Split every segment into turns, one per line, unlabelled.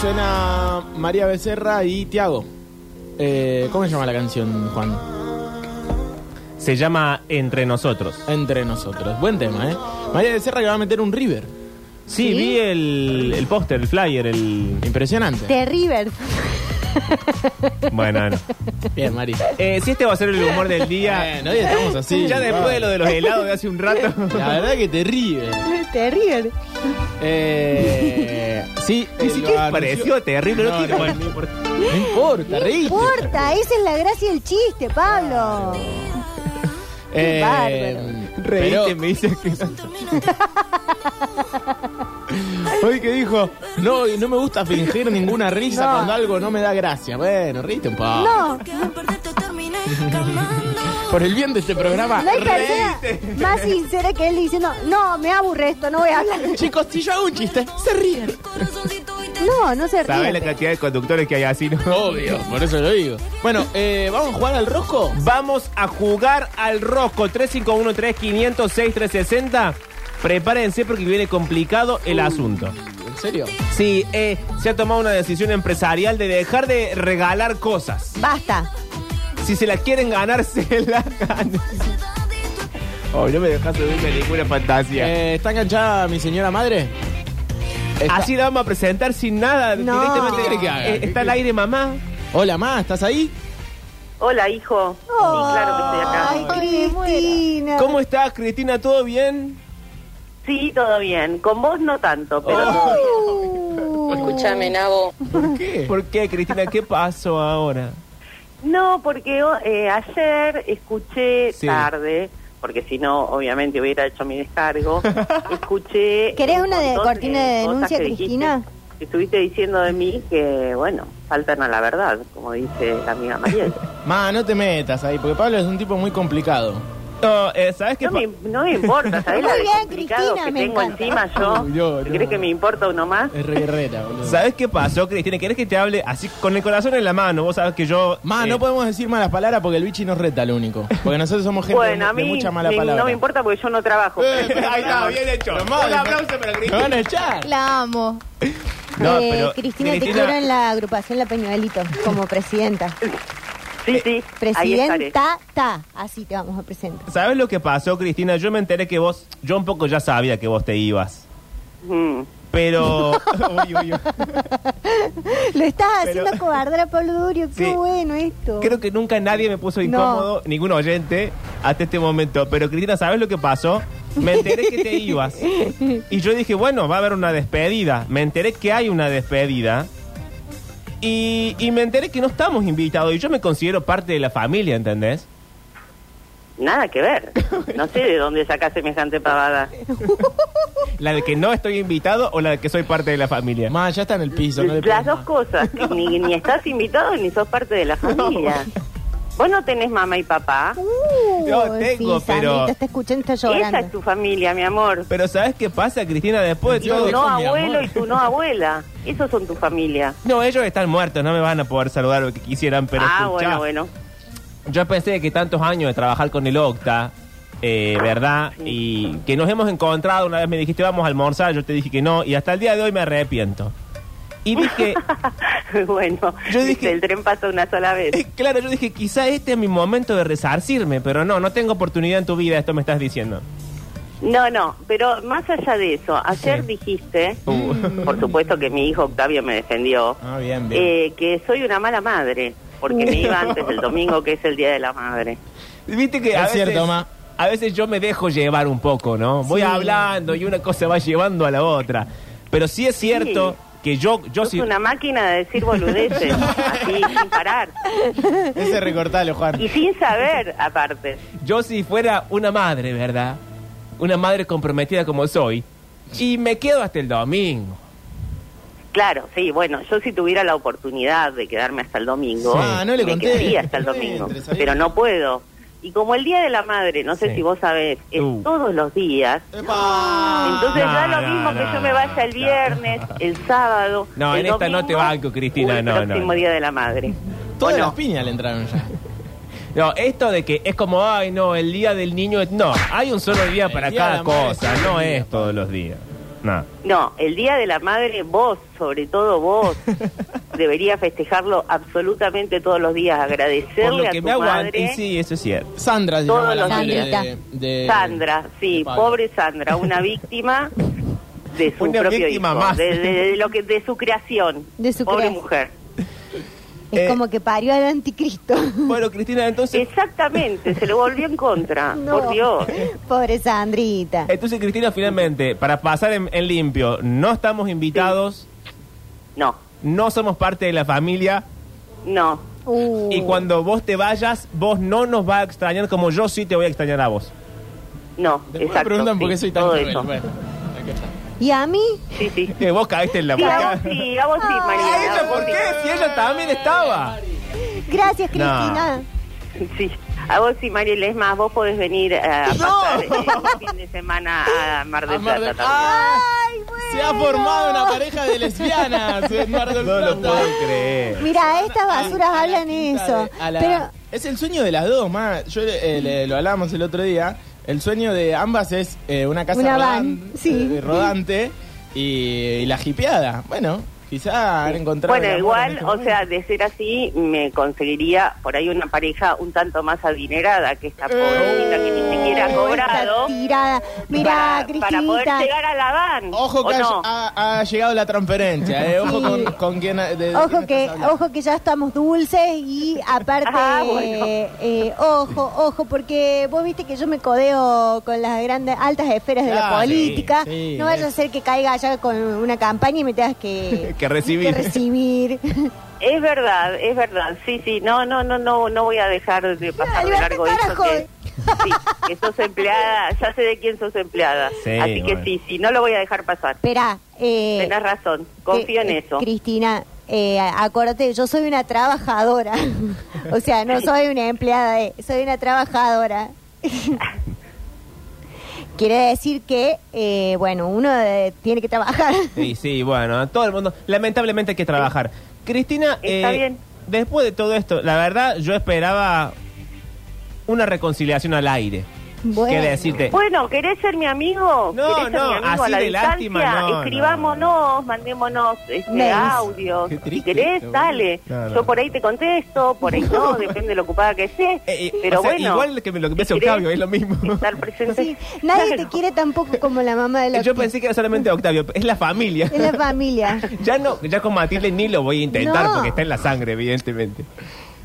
Suena María Becerra y Tiago. Eh, ¿Cómo se llama la canción, Juan?
Se llama Entre Nosotros.
Entre nosotros. Buen tema, ¿eh? María Becerra que va a meter un River.
Sí,
¿Sí?
vi el, el póster, el flyer, el...
Impresionante.
De River.
Bueno, no.
Bien, María.
Eh, si este va a ser el humor del día...
Bueno, hoy estamos así.
ya después de lo de los helados de hace un rato...
La verdad que te ríes.
De River.
Eh, sí,
Ni
eh, lo
siquiera
anunció-
pareció terrible, no,
No,
tiene
no.
mal- no importa.
No importa,
No
reíste.
importa, esa es la gracia del chiste, Pablo. Qué bárbaro.
Reíste,
Eh, pero-
me dice que...
Hoy que dijo, no, y no me gusta fingir ninguna risa
No.
cuando algo no me da gracia. Bueno, ríete un poco.
Ah.
No,
Por el bien de este
Ah,
programa.
no hay
re-
persona más sincera que él diciendo, no, me aburre esto, no voy a hablar.
Chicos, si yo hago un chiste, se ríen.
No, no se
¿Sabés la
ríe.
cantidad de conductores que hay así, no?
Obvio, por eso lo digo. Bueno, eh, ¿vamos a jugar al rojo?
Vamos a jugar al rosco 351-3506-360. Prepárense porque viene complicado el asunto.
¿En serio?
Sí, eh, se ha tomado una decisión empresarial de dejar de regalar cosas.
Basta.
Si se las quieren ganar, se las ganan. Hoy no me dejas subirme ninguna fantasía.
Eh, ¿Está enganchada mi señora madre? Está-
Así la vamos a presentar sin nada.
No.
directamente.
¿Qué quiere que haga?
Eh, está al aire, mamá.
Hola, ma, ¿estás ahí?
Hola, hijo. Sí, claro que estoy acá.
Ay, Cristina.
¿Cómo estás, Cristina? ¿Todo bien?
Sí, todo bien. Con vos no tanto, pero todo bien.
Uh.
Escúchame, Nabo.
¿Por qué?
¿Por qué, Cristina? ¿Qué pasó ahora?
No, porque oh, eh, ayer escuché
Sí.
tarde, porque si no, obviamente hubiera hecho mi descargo. escuché.
¿Querés
un
una de-
montón
cortina de
cosas
denuncia,
que dijiste-
Cristina?
que estuviste diciendo de mí que, bueno, faltan a la verdad, como dice la amiga María.
Ma, no te metas ahí, porque Pablo es un tipo muy complicado.
No, eh, ¿sabes qué?
No
pa-
me, no me importa, ¿sabés
Muy
la de
bien,
complicado
Cristina,
que
me
tengo
encanta.
encima yo?
Uy, no,
¿Te
no.
crees que me importa uno más?
Es re guerrera, boludo.
¿Sabes qué pasó, Cristina? ¿Querés que te hable así con el corazón en la mano? Vos sabés que yo.
Ma,
eh,
no podemos decir malas palabras porque el bichi nos reta, lo único. Porque nosotros somos gente
Bueno,
de,
a
de
mí
mucha mala
me-
palabra.
no me importa porque yo no trabajo.
Ahí está, bien hecho.
Pero, ma,
Un aplauso
Me
para Cristina.
van a echar.
La amo.
No,
Eh,
pero,
Cristina, te
Cristina-
quiero en la agrupación La Peñuelito como presidenta.
Sí, sí, ahí estaré.
Presidenta, ta. Así te vamos a presentar.
¿Sabes lo que pasó, Cristina? Yo me enteré que vos. Yo un poco ya sabía que vos te ibas.
Mm.
Pero. Uy, uy, uy.
Lo estás
Pero-
haciendo cobardar a Pablo Durio. Qué
Sí.
bueno esto.
Creo que nunca nadie me puso incómodo, ningún oyente, hasta este momento. Pero, Cristina, ¿sabes lo que pasó? Me enteré que te ibas. Y yo dije, bueno, va a haber una despedida. Me enteré que hay una despedida. Y, y me enteré que no estamos invitados. Y yo me considero parte de la familia, ¿entendés?
Nada que ver. No sé de dónde sacás semejante pavada.
La de que no estoy invitado o la de que soy parte de la familia.
Ma, ya está en el piso. No le
Las
pidas
dos
más.
cosas. que Ni, ni estás invitado ni sos parte de la familia. Vos no tenés mamá y papá.
Uh,
No, tengo,
sí,
pero-
Sandrita está escuchando, está
Esa es
llorando.
tu familia, mi amor.
Pero ¿sabes qué pasa, Cristina? Después de
Y
Yo
tu
todo...
dejo
no
mi
abuelo
amor.
y tu no abuela. Esos son tu familia.
No, ellos están muertos, no me van a poder saludar lo que quisieran, pero
ah,
escuchá.
bueno, bueno.
Yo pensé que tantos años de trabajar con el Octa, eh, ¿verdad? Y que nos hemos encontrado, una vez me dijiste vamos a almorzar, yo te dije que no, y hasta el día de hoy me arrepiento. Y
Eh.
dije,
bueno,
Yo
viste,
dije-
el tren pasa una sola
Eh.
vez.
eh, claro, yo dije, quizá este es mi momento de resarcirme, pero no, no tengo oportunidad en tu vida, esto me estás diciendo.
No, no, pero más allá de eso, ayer
Sí.
dijiste,
Uh.
por supuesto que mi hijo Octavio me defendió,
Ah, bien, bien.
eh, que soy una mala madre, porque me iba antes del domingo, que es el Día de la Madre.
Viste que
Es
a veces,
cierto, ma.
a veces yo me dejo llevar un poco, ¿no? Voy
Sí.
hablando y una cosa va llevando a la otra. Pero sí es cierto
Sí.
que yo, yo
Sos
sí.
una máquina de decir boludeces, así, sin parar.
Ese recortalo, Juan.
Y sin saber, aparte.
Yo si fuera una madre, ¿verdad? Una madre comprometida como soy. Y me quedo hasta el domingo.
Claro, sí, bueno, yo si tuviera la oportunidad de quedarme hasta el domingo,
Sí.
Ah, no le
me
conté.
quedaría hasta el
No
domingo,
entres, ahí.
pero no puedo. Y como el Día de la Madre, no sé
Sí.
si vos sabés, es
Uh.
todos los días,
Ah.
Entonces
No,
ya lo
no,
mismo
no,
que yo me vaya el
no.
viernes, el sábado.
No,
el
en esta no te
domingo
banco, Cristina,
o el
no, no,
próximo
no.
día de la madre.
Todas
¿O no?
las piñas le entraron ya.
No, esto de que es como, ay, no, el día del niño. es- No, hay un solo día
día
para
de
cada
la madre
cosa,
es el
no
día.
es todos los días. Nada.
No, el Día de la Madre, vos, sobre todo vos, debería festejarlo absolutamente todos los días,
Por
agradecerle
lo
a
que
tu
me aguanta.
madre.
Y sí, eso es cierto.
Sandra se
Todos
llama la
los
madre
días.
de, de-
Sandra, sí,
de Pablo.
pobre Sandra, una víctima de su
Una
propio
víctima
hijo,
más.
De, de- de lo que de su creación,
De su
pobre
creación.
mujer.
Es
Eh,
como que parió al anticristo.
Bueno, Cristina, entonces,
Exactamente, se le volvió en contra,
No.
por Dios.
Pobre Sandrita.
Eh,
entonces Cristina, finalmente, para pasar en, en limpio, no estamos invitados,
No,
no somos parte de la familia
no,
Uh.
y cuando vos te vayas, vos no nos va a extrañar como yo sí te voy a extrañar a vos.
no,
Después me
exacto.
preguntan por
sí,
qué soy tan
todo
cruel.
eso.
Bueno, acá está.
¿Y a mí?
Sí, sí.
Que vos caíste en la
Sí, a
boca.
vos sí, a vos sí, María.
¿A ella Ah, por qué? Si ella también estaba.
Gracias, Cristina.
Sí, a vos sí, Mariel, es más, vos podés venir eh, a pasar el fin de semana a Mar
Ah,
del
Mar
Plata
del-
también.
¡Ay! ¡Ah! Se ha formado una pareja de lesbianas eh, en Mar del
No lo
Plata.
puedo creer.
Mira, estas basuras
A la
hablan
quinta
eso.
de- a la-
Pero
Es el sueño de las dos, más. Yo eh, le- lo hablábamos el otro día. El sueño de ambas es eh, una casa
Una
rodan-
van, sí.
eh, rodante y, y la jipeada. Bueno, quizá han encontrado. el
Bueno,
amor en
igual,
este
o
momento.
sea, de ser así, me conseguiría por ahí una pareja un tanto más adinerada que
Eh.
esta pobrecita que ni siquiera
Oh,
oh,
ha
esta
cobrado
tirada. Mira,
para, para
Cristinita.
poder llegar a la van.
Ojo que ah.
¿o
ha,
no?
ha- ha llegado la transferencia, eh. Ojo con,
Sí.
con quién. de- de quién
Ojo que,
estás hablando.
ojo que ya estamos dulces y aparte,
Ah, bueno.
eh, eh, ojo, ojo, porque vos viste que yo me codeo con las grandes, altas esferas de la
Claro,
política.
Ah, sí, sí,
no vaya a
es.
ser que caiga allá con una campaña y me tengas que,
Que recibir.
que recibir.
Es verdad, es verdad. Sí, sí, no, no, no, no, no voy a dejar de pasar de
Dale,
largo
vete,
eso
carajo.
que, sí, que sos empleada, ya sé de quién sos empleada.
Sí,
Así que
bueno.
sí, sí, no lo voy a dejar pasar.
Espera, eh,
Tenés razón, confío en
eh,
eso.
Cristina, eh, acuérdate, yo soy una trabajadora. o sea, no soy una empleada, eh, soy una trabajadora. Quiere decir que, eh, bueno, uno eh, tiene que trabajar.
Sí, sí, bueno, todo el mundo. Lamentablemente hay que trabajar. Cristina,
Está
eh,
bien.
después de todo esto, la verdad, yo esperaba una reconciliación al aire.
Bueno.
Quiere decirte.
Bueno, ¿querés ser mi amigo?
No,
¿Querés ser
no,
mi amigo a
así
la
de lástima,
distancia?
no, no.
Escribámonos, mandémonos este,
Mails.
audios.
Qué
si
triste
querés,
esto, boludo.
dale.
No, no.
Yo por ahí te contesto, por ahí no, depende de lo ocupada que esté.
Eh, eh,
Pero
o sea,
bueno.
Igual que me lo que me hace
si querés
Octavio, es lo mismo.
Estar presente.
Sí, Nadie te
Claro.
quiere tampoco como la mamá de la
Eh, Yo pensé que era solamente Octavio, es la familia.
Es la familia.
Ya no, ya con Matilde ni lo voy a intentar
No.
porque está en la sangre, evidentemente.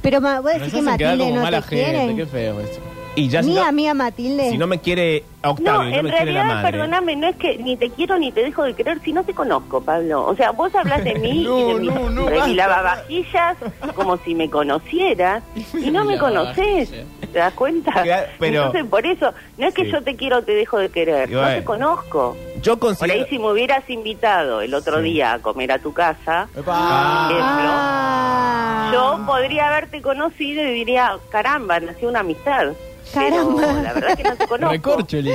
Pero ma,
Nos
vos decís que
hacen quedar
Matilde
como
no
mala
te
gente, qué
quiere.
feo eso.
Y ya si
Mi
no,
amiga Matilde.
si no me quiere Octavio,
No,
y no,
en
me quiere la
realidad,
madre.
perdóname, no es que ni te quiero ni te dejo de querer, si no te conozco, Pablo. O sea, vos hablas de mí
No,
y de, mi,
no, no,
de mi
basta.
lavavajillas como si me conocieras y no me conoces. ¿Te das cuenta?
Claro, pero-
Entonces, por eso, no es que
Sí.
yo te quiero o te dejo de querer,
Y
no
bueno.
te conozco.
Yo
Por ahí,
considero.
si me hubieras invitado el otro día a comer a tu casa,
Epa.
ejemplo,
Ah.
yo podría haberte conocido y diría, caramba, nació una amistad.
Caramba.
Pero la verdad es que no te conozco.
Recorcholi.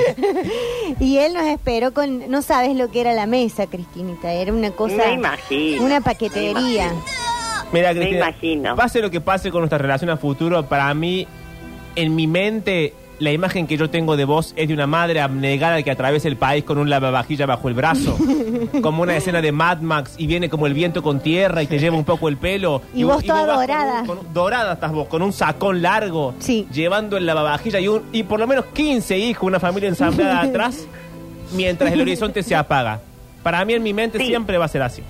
Y él nos esperó con, no sabes lo que era la mesa, Cristinita, era una cosa,
Me imagino,
una
me
paquetería.
imagino.
Mira,
Me
Cristina,
imagino.
Pase lo que pase con nuestra relación a futuro, para mí, en mi mente, la imagen que yo tengo de vos es de una madre abnegada que atraviesa el país con un lavavajilla bajo el brazo, como una escena de Mad Max y viene como el viento con tierra y te lleva un poco el pelo.
Y vos toda
vas con un-
dorada.
con un- dorada estás vos, con un sacón largo,
Sí.
llevando el lavavajilla y, un, y por lo menos 15 hijos, una familia ensamblada atrás, mientras el horizonte se apaga. Para mí, en mi mente,
Sí.
siempre va a ser así.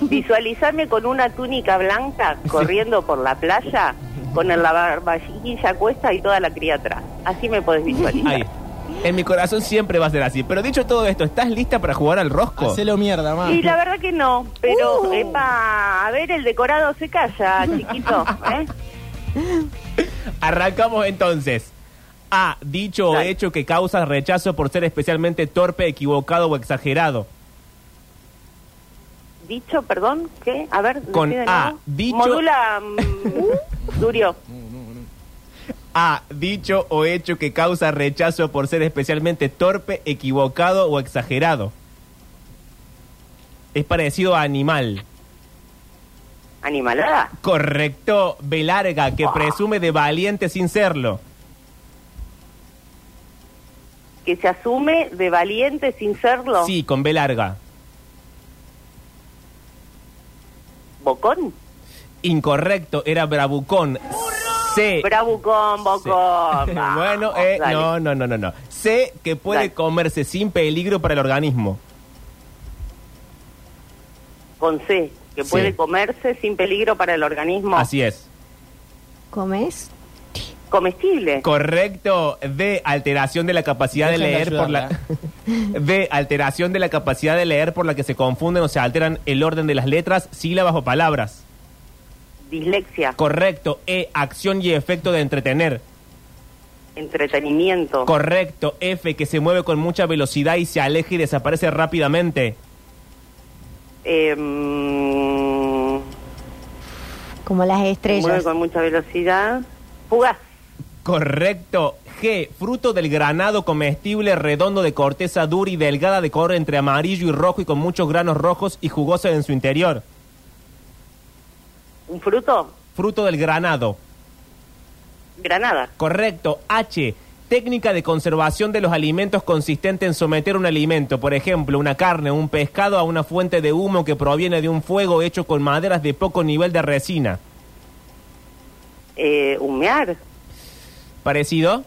Visualizarme con una túnica blanca corriendo por la playa con el lavavajillas cuesta y toda la cría atrás. Así me podés visualizar.
Ahí. En mi corazón siempre va a ser así. Pero dicho todo esto, ¿estás lista para jugar al rosco?
Hacelo mierda, más.
Y
Ah,
la verdad que no, pero
Uh.
epa, a ver, el decorado se calla, chiquito. ¿eh?
Arrancamos entonces. A. Dicho o
Dale.
hecho que causa rechazo por ser especialmente torpe, equivocado o exagerado.
Dicho, perdón, ¿qué? A ver,
Con
decí de
A,
nuevo.
dicho-
Modula, mm, Durio.
A. Dicho o hecho que causa rechazo por ser especialmente torpe, equivocado o exagerado. Es parecido a animal.
Animalada.
Correcto, B larga, que presume de valiente sin serlo.
que se asume de valiente sin serlo.
Sí, con B larga.
¿Bocón?
Incorrecto, era bravucón. C.
Bravucón, bocón. Vamos,
Eh, bueno, eh,
dale.
no, no, no, no, no. C que puede
Dale.
comerse sin peligro para el organismo.
Con C, que
Sí.
puede comerse sin peligro para el organismo.
Así es.
¿Comes?
Comestible.
Correcto. D, alteración de la capacidad de
Déjenla
leer por la D, alteración de la capacidad de leer por la que se confunden o se alteran el orden de las letras, sílabas o palabras.
Dislexia.
Correcto. E, acción y efecto de entretener.
Entretenimiento.
Correcto. F, que se mueve con mucha velocidad y se aleja y desaparece rápidamente.
Em,
Como las
se mueve
estrellas.
con mucha velocidad. Fugaz.
Correcto. G, fruto del granado comestible redondo de corteza dura y delgada de color entre amarillo y rojo y con muchos granos rojos y jugosos en su interior.
¿Un fruto?
Fruto del granado.
Granada.
Correcto. H. Técnica de conservación de los alimentos consistente en someter un alimento, por ejemplo, una carne o un pescado, a una fuente de humo que proviene de un fuego hecho con maderas de poco nivel de resina.
Eh, humear.
¿Parecido?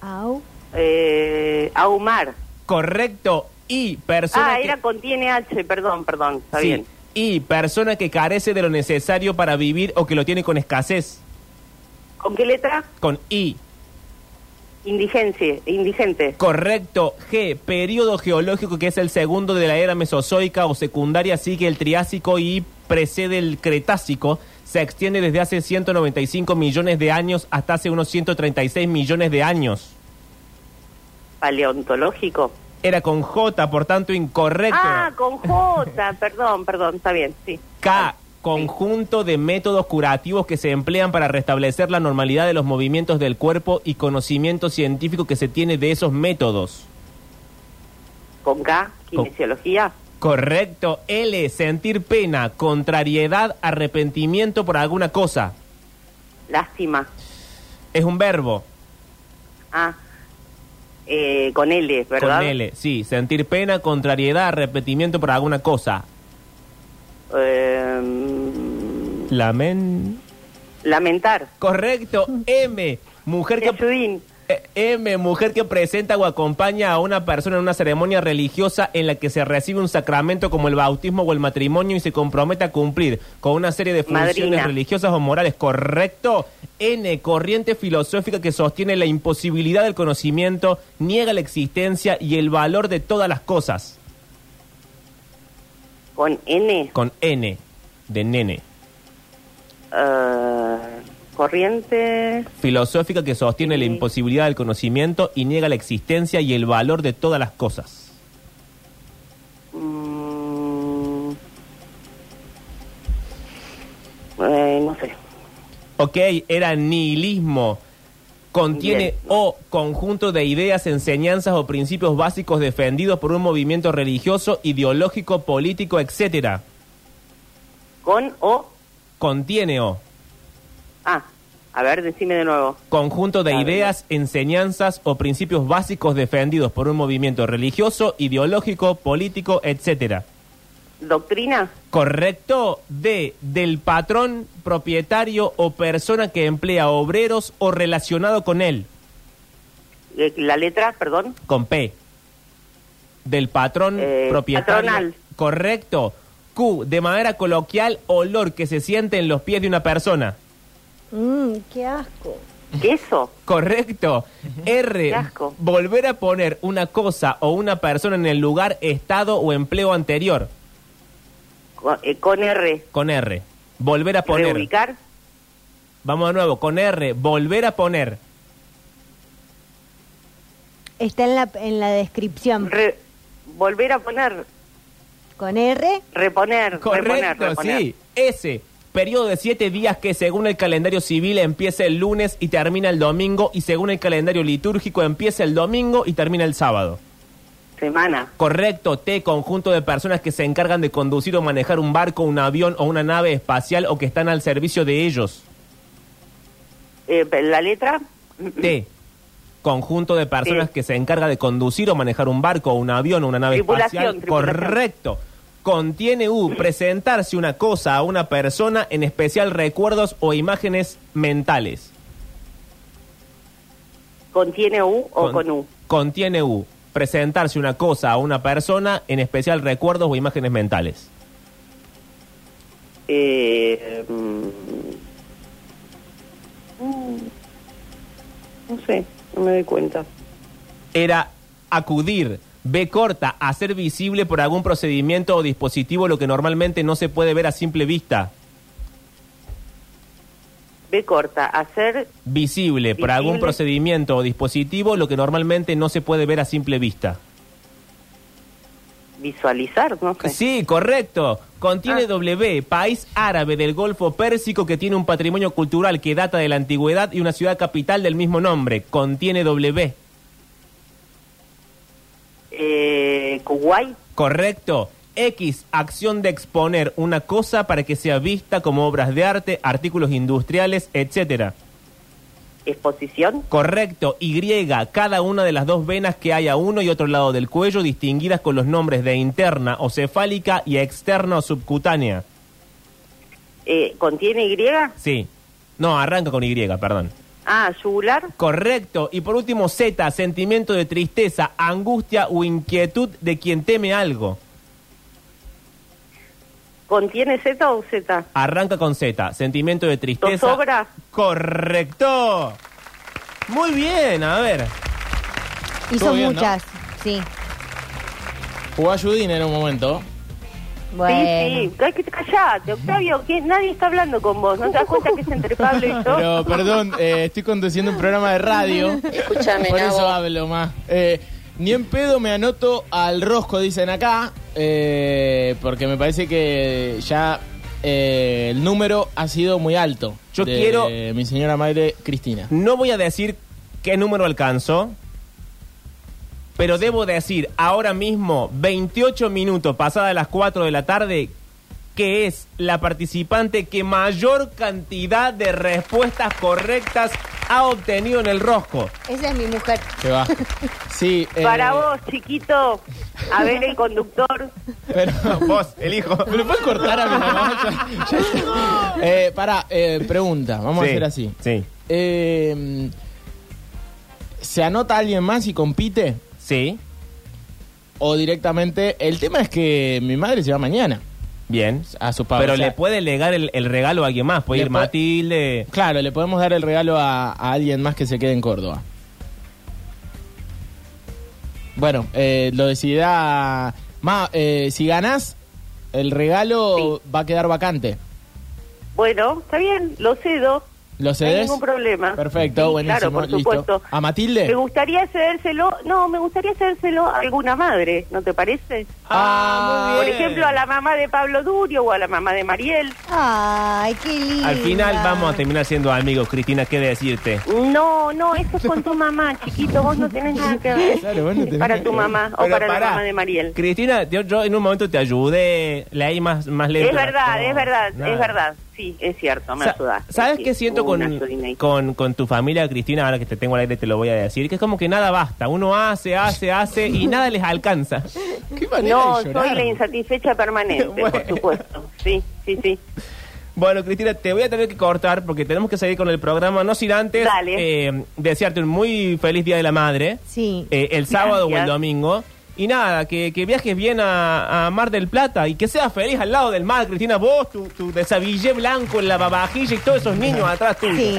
Au.
Eh, ahumar.
Correcto. Y persona
Ah,
que...
era contiene H, perdón, perdón, está
Sí.
bien.
Y persona que carece de lo necesario para vivir o que lo tiene con escasez.
¿Con qué letra?
Con I.
Indigencia, indigente.
Correcto. G. Periodo geológico que es el segundo de la era mesozoica o secundaria, sigue el Triásico y precede el Cretácico. Se extiende desde hace 195 millones de años hasta hace unos 136 millones de años.
Paleontológico.
Era con J, por tanto incorrecto.
Ah, con J, perdón, perdón, está bien, sí.
K. Conjunto de métodos curativos que se emplean para restablecer la normalidad de los movimientos del cuerpo y conocimiento científico que se tiene de esos métodos.
Con K, kinesiología.
Correcto. L. Sentir pena, contrariedad, arrepentimiento por alguna cosa.
Lástima.
Es un verbo.
Ah, eh, con L, ¿verdad?
Con L. Sí, sentir pena, contrariedad, arrepentimiento por alguna cosa.
Eh,
Lamen.
lamentar.
Correcto. M. Mujer que
Yuyín.
Eh, M, mujer que presenta o acompaña a una persona en una ceremonia religiosa en la que se recibe un sacramento como el bautismo o el matrimonio y se compromete a cumplir con una serie de funciones
Madrina.
religiosas o morales, ¿correcto? N, corriente filosófica que sostiene la imposibilidad del conocimiento, niega la existencia y el valor de todas las cosas.
Con N.
Con N, de nene.
eh, corriente.
Filosófica que sostiene la
Sí.
imposibilidad del conocimiento y niega la existencia y el valor de todas las cosas.
mm, eh, no sé.
Ok, era nihilismo. Contiene
Bien.
o conjunto de ideas, enseñanzas o principios básicos defendidos por un movimiento religioso, ideológico, político, etcétera.
Con O.
Contiene o
Ah, a ver, decime de nuevo.
conjunto de
Claro.
ideas, enseñanzas o principios básicos defendidos por un movimiento religioso, ideológico, político, etcétera.
Doctrina.
Correcto de del patrón, propietario o persona que emplea obreros o relacionado con él.
eh, la letra, perdón.
con P. Del patrón
Eh,
propietario.
patronal.
Correcto. Q. De manera coloquial, olor que se siente en los pies de una persona.
Mmm, qué asco.
Queso.
Correcto. R.
Qué asco.
Volver a poner una cosa o una persona en el lugar, estado o empleo anterior.
Con, eh, con R.
Con R. Volver a poner.
Reubicar.
Vamos de nuevo. Con R. Volver a poner.
Está en la, en la descripción.
Re- volver a poner.
Con R.
Reponer. reponer,
Correcto,
reponer.
sí. S. Periodo de siete días que según el calendario civil empieza el lunes y termina el domingo y según el calendario litúrgico empieza el domingo y termina el sábado.
Semana.
Correcto, T, conjunto de personas que se encargan de conducir o manejar un barco, un avión o una nave espacial o que están al servicio de ellos.
Eh, la letra.
T, conjunto de personas
Sí.
que se encarga de conducir o manejar un barco, un avión, o una nave
Tripulación,
espacial.
tripulación.
Correcto. Contiene U, presentarse una cosa a una persona, en especial recuerdos o imágenes mentales.
¿Contiene U o con,
Con-
U?
Contiene U, presentarse una cosa a una persona, en especial recuerdos o imágenes mentales.
Eh, mm, mm, no sé, no me doy cuenta.
era acudir, B corta, hacer visible por algún procedimiento o dispositivo lo que normalmente no se puede ver a simple vista.
B corta, hacer
Visible, por algún
Visible.
procedimiento o dispositivo lo que normalmente no se puede ver a simple vista.
visualizar, no sé.
Sí, correcto. Contiene
Ah.
W, país árabe del Golfo Pérsico que tiene un patrimonio cultural que data de la antigüedad y una ciudad capital del mismo nombre. Contiene W.
Eh, Kuwait,
Correcto. X, acción de exponer una cosa para que sea vista como obras de arte, artículos industriales, etcétera.
exposición,
Correcto. Y, cada una de las dos venas que hay a uno y otro lado del cuello distinguidas con los nombres de interna o cefálica y externa o subcutánea.
eh, ¿contiene Y?
Sí. No, arranca con Y, perdón.
Ah, yugular,
Correcto. Y por último, Z, sentimiento de tristeza, angustia o inquietud de quien teme algo.
¿contiene Z o Z?
Arranca con Z, sentimiento de tristeza.
¿Zozobra?
Correcto. Muy bien, a ver.
Hizo
Estuvo bien, ¿no?
muchas. Sí.
Jugó a Judín en un momento.
Bueno.
Sí, sí, Ay, que- callate, Octavio, que nadie está hablando con vos, ¿no te das cuenta que es entre Pablo y yo?
Pero perdón, eh, estoy conduciendo un programa de radio.
Escúchame,
Por eso
Nabo.
hablo más. Eh, ni en pedo me anoto al rosco, dicen acá, eh, porque me parece que ya eh, el número ha sido muy alto.
Yo
de
quiero-
Mi señora madre Cristina.
No voy a decir qué número alcanzó, pero debo decir ahora mismo, 28 minutos pasadas las 4 de la tarde, que es la participante que mayor cantidad de respuestas correctas ha obtenido en el rosco.
Esa es mi mujer.
Que va. Sí. eh,
Para vos, chiquito, a ver el conductor.
Pero,
Vos, el hijo.
¿Me puedes cortar a mi mamá? Ya- ya está. Eh, pará, eh, pregunta. Vamos
Sí,
a hacer así.
Sí.
Eh, ¿Se anota alguien más y compite?
Sí.
O directamente. El tema es que mi madre se va mañana
Bien.
a su padre.
Pero le puede legar el, el regalo a alguien más. Puede
Le
ir
puede-
Matilde.
Claro, le podemos dar el regalo a, a alguien más que se quede en Córdoba. Bueno, eh, lo decidirá. Ma, eh, si ganás, el regalo va a quedar vacante.
Bueno, está bien, lo cedo.
¿Lo
No hay
cedes?
ningún problema.
Perfecto,
Sí,
buenísimo.
Claro, por
listo.
supuesto.
¿A
Me
Matilde?
gustaría cedérselo, no, me gustaría cedérselo a alguna madre, ¿no te parece?
Ah, muy
Por
bien.
ejemplo, a la mamá de Pablo Durio o a la mamá de Mariel.
Ay, qué lindo.
Al final vamos a terminar siendo amigos, Cristina, ¿qué decirte?
No, no, eso es con tu mamá, chiquito, vos no tenés nada que ver.
Claro, vos no
Es
tenés
para
que
tu
ver.
mamá Ah, o
Pero
para
pará.
la mamá de Mariel.
Cristina, yo, yo en un momento te ayudé, leí más, más lento.
Es verdad,
No,
es verdad,
nada.
es verdad. Sí, es cierto, me
Sa-
ayudaste.
¿Sabes
sí,
qué siento
hubo
con,
una ayudina ahí.
con, con tu familia, Cristina? Ahora que te tengo al aire te lo voy a decir. Que es como que nada basta. Uno hace, hace, hace y nada les alcanza.
¿Qué manera
No,
de llorar?
soy la insatisfecha permanente, por
Bueno.
supuesto. Sí, sí, sí.
Bueno, Cristina, te voy a tener que cortar porque tenemos que seguir con el programa. No sin antes
Dale.
eh, desearte un muy feliz Día de la Madre.
Sí.
eh, el sábado o el
Gracias.
domingo. Y nada, que, que viajes bien a, a Mar del Plata y que seas feliz al lado del mar, Cristina. Vos, tu, tu desabillé blanco en la babajilla y todos esos niños atrás tuyos.
Sí.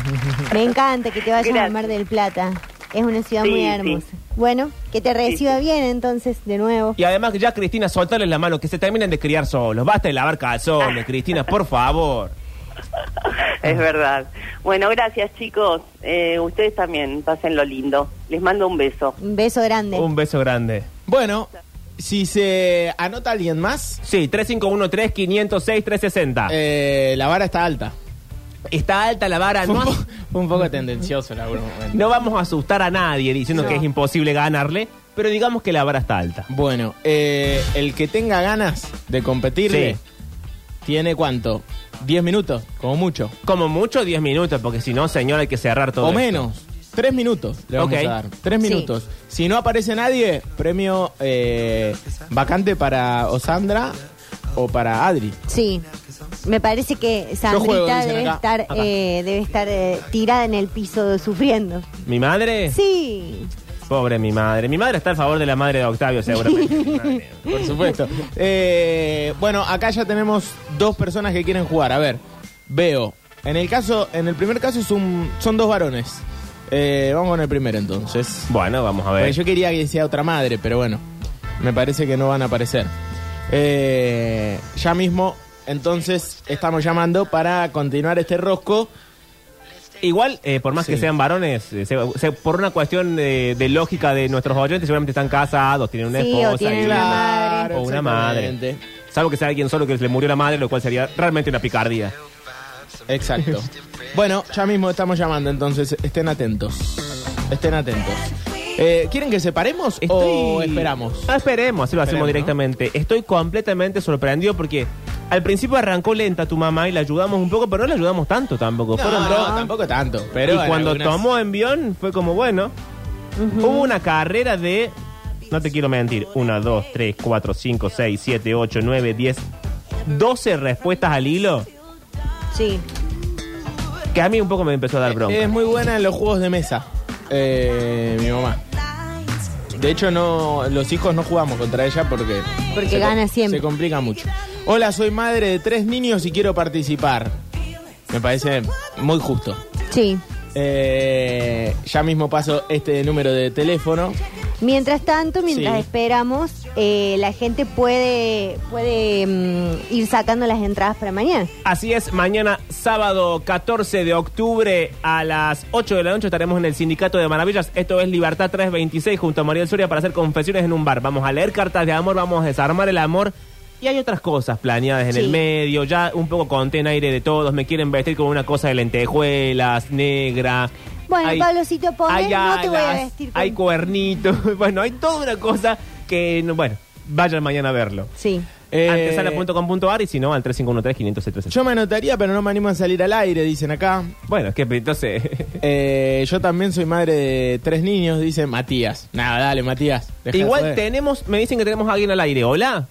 Me encanta que te vayas
Gracias.
al Mar del Plata. Es una ciudad
Sí,
muy
sí.
hermosa. Bueno, que te reciba bien entonces de nuevo.
Y además, que ya, Cristina, soltales la mano, que se terminen de criar solos. Basta de lavar calzones, Cristina, por favor.
Es verdad. Bueno, gracias chicos. Eh, ustedes también, pasen lo lindo. Les mando un beso.
Un beso grande.
Un beso grande.
Bueno, si se anota alguien más,
Sí, 351-3506-360.
eh, la vara está alta.
Está alta la vara,
Fue
Ah, no,
un, po- fue un poco tendencioso en algún momento.
no vamos a asustar a nadie diciendo
No.
que es imposible ganarle, pero digamos que la vara está alta.
Bueno, eh, el que tenga ganas de competirle,
Sí.
¿tiene cuánto? 10 minutos, como mucho.
Como mucho 10 minutos, porque si no, señor, hay que cerrar todo.
o
esto.
menos. Tres minutos le vamos
Ok.
a dar. Tres
Sí.
minutos. Si no aparece nadie, premio eh, vacante para Osandra o para Adri.
Sí. Me parece que
juego,
Sandrita
dicen
debe,
acá.
estar,
Acá.
eh, debe estar eh, tirada en el piso sufriendo.
¿Mi
Eh.
madre?
Sí.
Pobre mi madre. Mi madre está a favor de la madre de Octavio, seguramente. Mi madre.
Por supuesto. Eh, bueno, acá ya tenemos dos personas que quieren jugar. A ver, veo. En el caso, en el primer caso es un- son dos varones. Eh, vamos con el primero entonces.
Bueno, vamos a ver.
Porque Pues yo quería que sea otra madre, pero bueno, me parece que no van a aparecer. Eh, ya mismo, entonces, estamos llamando para continuar este rosco.
Igual, eh, por más
Sí.
que sean varones, eh, se- se- por una cuestión eh, de lógica de nuestros oyentes, seguramente están casados, tienen una
Sí, o
esposa.
tienen
y-
una madre.
O una madre.
exactamente.
Salvo que sea alguien solo que le murió la madre, lo cual sería realmente una picardía.
Exacto. bueno, ya mismo estamos llamando, entonces estén atentos. Estén atentos. Eh, ¿Quieren que separemos o
Estoy-
esperamos?
Ah, esperemos, así lo
Esperemos,
hacemos directamente. Estoy completamente sorprendido porque al principio arrancó lenta tu mamá y la ayudamos un poco, pero no la ayudamos tanto tampoco.
No,
Fueron
no,
dos.
tampoco tanto. Pero
y
en
cuando
algunas-
tomó envión fue como, bueno, hubo una carrera de, no te quiero mentir, 1, 2, 3, 4, 5, 6, 7, 8, 9, 10, 12 respuestas al hilo,
Sí.
que a mí un poco me empezó a dar bronca.
Es muy buena en los juegos de mesa, eh, mi mamá. De hecho, no, los hijos no jugamos contra ella porque...
Porque
se co-
gana siempre.
Se complica mucho. Hola, soy madre de tres niños y quiero participar. Me parece muy justo.
Sí.
Eh, ya mismo paso este número de teléfono.
Mientras tanto, mientras
Sí.
esperamos, eh, la gente puede, puede mm, ir sacando las entradas para mañana.
Así es, mañana sábado 14 de octubre a las 8 de la noche estaremos en el Sindicato de Maravillas. Esto es Libertad 326 junto a Mariel Soria para hacer confesiones en un bar. Vamos a leer cartas de amor, vamos a desarmar el amor. Y hay otras cosas planeadas en
Sí.
el medio, ya un poco conté en aire de todos, me quieren vestir con una cosa de lentejuelas, negra.
Bueno,
Hay-
Pablocito, ponés,
hay
no te voy a
alas,
vestir con-
Hay cuernitos, bueno, hay toda una cosa que, no- bueno, vayan mañana a verlo.
Sí.
Eh,
Antesala.com.ar y si no, al 3513 513
Yo me anotaría, pero no me animo a salir al aire, dicen acá.
bueno, es que entonces.
Eh, yo también soy madre de tres niños, dice Matías. Nada, dale, Matías. deja de
Igual
joder.
tenemos, me dicen que tenemos a alguien al aire. Hola.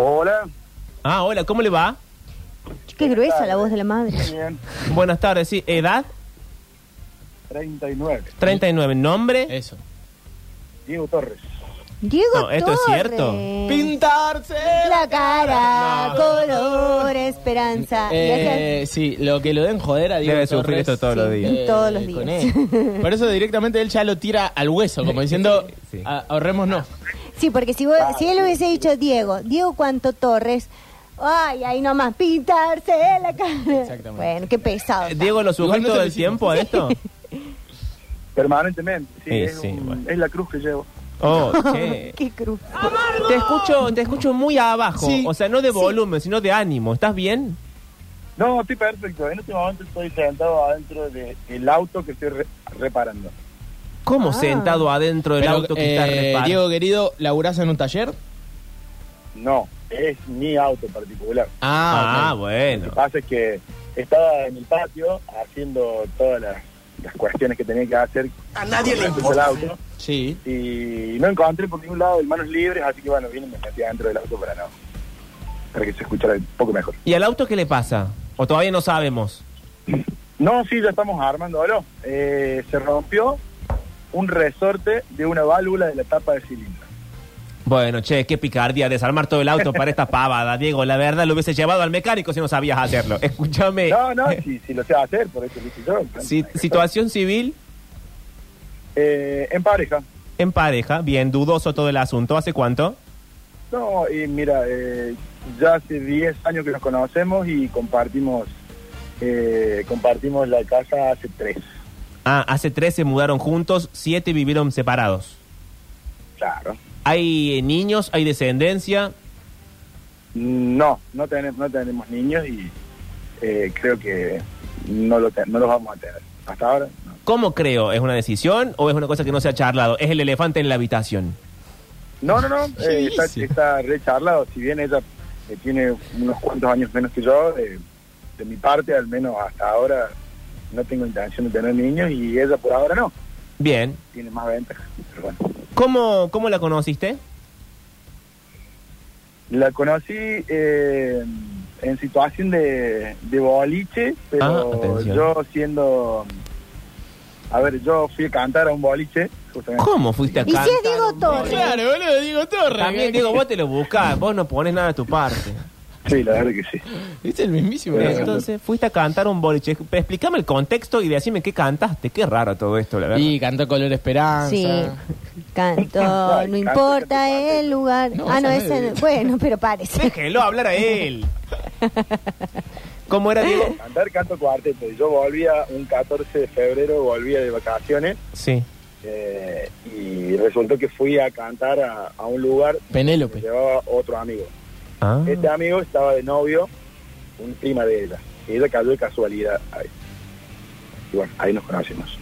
Hola,
Ah, hola, ¿cómo le va?
Qué gruesa la voz de la madre.
bien,
Buenas tardes, sí. Edad
39,
39. Nombre.
Eso.
Diego Torres.
Diego
No, esto es
Torres.
cierto.
Pintarse.
La cara,
No.
color, esperanza.
Eh, sí, lo que lo den joder a Diego
Debe sufrir
Torres,
esto todos los
eh,
días.
Todos los
con
días.
él. Por eso directamente él ya lo tira al hueso, como diciendo,
Sí.
"Ah, ahorremos no.
Y así- sí, porque si, vos- si él hubiese dicho Diego, Diego Cuanto Torres, ay, ahí nomás, pintarse la cara.
Exactamente.
Bueno, qué pesado. está.
Diego, ¿lo
Eh, Igual
sujeto
no se lo
todo el
hicimos.
tiempo a esto?
Permanentemente, sí,
Sí,
es,
sí,
un-
bueno.
es la cruz que llevo.
Oh, che.
Qué cruz.
Ah, Te escucho, te escucho muy abajo.
Sí.
O sea, no de volumen, sino de ánimo. ¿Estás bien?
No, estoy perfecto. En este momento estoy sentado adentro de- del auto que estoy re- reparando.
¿Cómo
Ah.
sentado adentro del
Pero,
auto que está
eh,
reparado?
Diego querido, ¿laburás en un taller?
No, es mi auto particular.
Ah,
ok.
Lo que
bueno.
pasa es que estaba en el patio haciendo todas las, las cuestiones que tenía que hacer. A nadie le el auto
Sí.
y no encontré por ningún lado el manos libres, así que bueno, vine y me metí adentro del auto para no para que se escuchara un poco mejor.
¿Y al auto qué le pasa? ¿O todavía no sabemos?
No, sí, ya estamos armándolo. Eh, se rompió un resorte de una válvula de la tapa de cilindro.
Bueno, che, qué picardía desarmar todo el auto para esta pavada, Diego. La verdad, lo hubiese llevado al mecánico si no sabías hacerlo. Escúchame.
No, no, si, si lo sé hacer, por eso lo hice yo.
Eh, Si- situación civil
Eh, en pareja.
en pareja, bien dudoso todo el asunto. ¿Hace cuánto?
No, y mira, eh, ya hace 10 años que nos conocemos y compartimos eh, compartimos la casa hace 3.
Ah, hace tres se mudaron juntos, siete vivieron separados.
Claro.
Hay eh, niños, hay descendencia.
No, no tenemos, no tenemos niños y eh, creo que no, lo ten- no los vamos a tener. Hasta ahora, no.
¿Cómo creo? ¿Es una decisión o es una cosa que no se ha charlado? Es el elefante en la habitación.
No, no, no,
¿Qué
eh, está,
dice?
está re charlado. Si bien ella eh, tiene unos cuantos años menos que yo, eh, de mi parte, al menos hasta ahora, no tengo intención de tener niños y ella por ahora no.
Bien.
Tiene más ventajas. Pero bueno.
¿Cómo, cómo la conociste?
La conocí eh, en situación de, de boliche,
Ah,
pero
atención.
yo siendo... A ver, yo fui a cantar a un boliche, justamente.
¿Cómo fuiste a
¿Y si
cantar
es Diego
un-
Torres?
Claro, boludo, Diego Torres.
También, digo, vos te lo buscás, vos no pones nada de tu parte.
Sí, la verdad que sí.
Es el mismísimo.
Claro.
Entonces, fuiste a cantar un boliche. Pero Explícame el contexto y decime qué cantaste. Qué raro todo esto, la verdad.
Y cantó Color Esperanza.
Sí. Canto,
Ay,
no
canto,
importa
canto, canto.
el lugar.
No,
ah, no,
esa no
ese.
es.
Bueno, pero parece.
Déjelo hablar a él. ¿Cómo era, Diego?
Cantar canto cuarteto. Y Yo volvía un 14 de febrero, volvía de vacaciones
Sí.
eh, y resultó que fui a cantar a, a un lugar que
Penélope.
llevaba otro amigo.
Ah.
Este amigo estaba de novio, un prima de ella. Y ella cayó de casualidad ahí. Y bueno, ahí nos conocimos.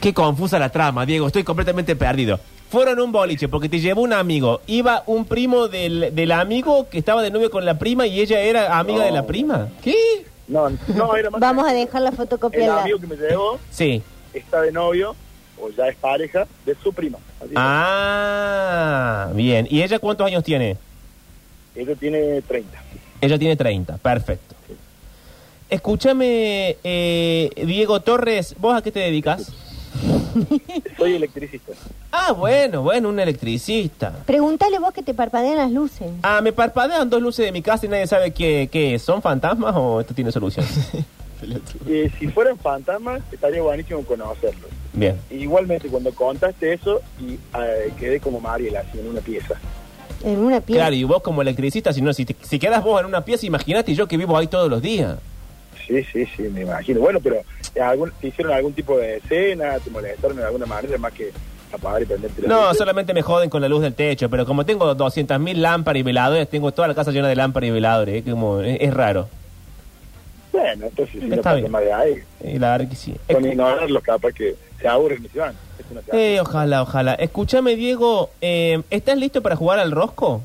Qué confusa la trama, Diego. Estoy completamente perdido. Fueron a un boliche porque te llevó un amigo. Iba un primo del, del amigo que estaba de novio con la prima y ella era amiga
No.
de la prima.
¿Qué?
No, no era más.
Vamos a dejar la fotocopia.
El
al lado.
amigo que me llevó
Sí.
está de novio, o ya es pareja, de su prima. Así que
Ah, bien. ¿Y ella cuántos años tiene?
Ella tiene 30.
Ella tiene 30, perfecto. Escúchame, eh, Diego Torres, ¿vos a qué te dedicas?
Soy electricista.
Ah, bueno, bueno, un electricista.
Pregúntale vos que te parpadean las luces.
Ah, me parpadean dos luces de mi casa y nadie sabe qué, qué es. ¿Son fantasmas o esto tiene solución?
Eh, si fueran fantasmas, estaría buenísimo conocerlos.
Bien.
Igualmente, cuando contaste eso, y eh, quedé como Mariela, así en una pieza.
En una pieza.
Claro, y vos como electricista, si no, si, te- si quedas vos en una pieza, imagínate yo que vivo ahí todos los días.
Sí, sí, sí, me imagino. Bueno, pero eh, algún- ¿te hicieron algún tipo de escena? ¿Te molestaron de alguna manera más que apagar y prenderte la
No,
luz?
solamente me joden con la luz del techo, pero como tengo 200.000 lámparas y veladores, tengo toda la casa llena de lámparas y veladores, ¿eh? Como- es, es raro.
Bueno, entonces sí,
Está
no pasa
bien.
más de ahí.
Y Eh, la verdad que sí.
Con ignorarlos, capaz que se aburren y se van. Es una
Eh, ojalá, ojalá. Escúchame, Diego, eh, ¿estás listo para jugar al rosco?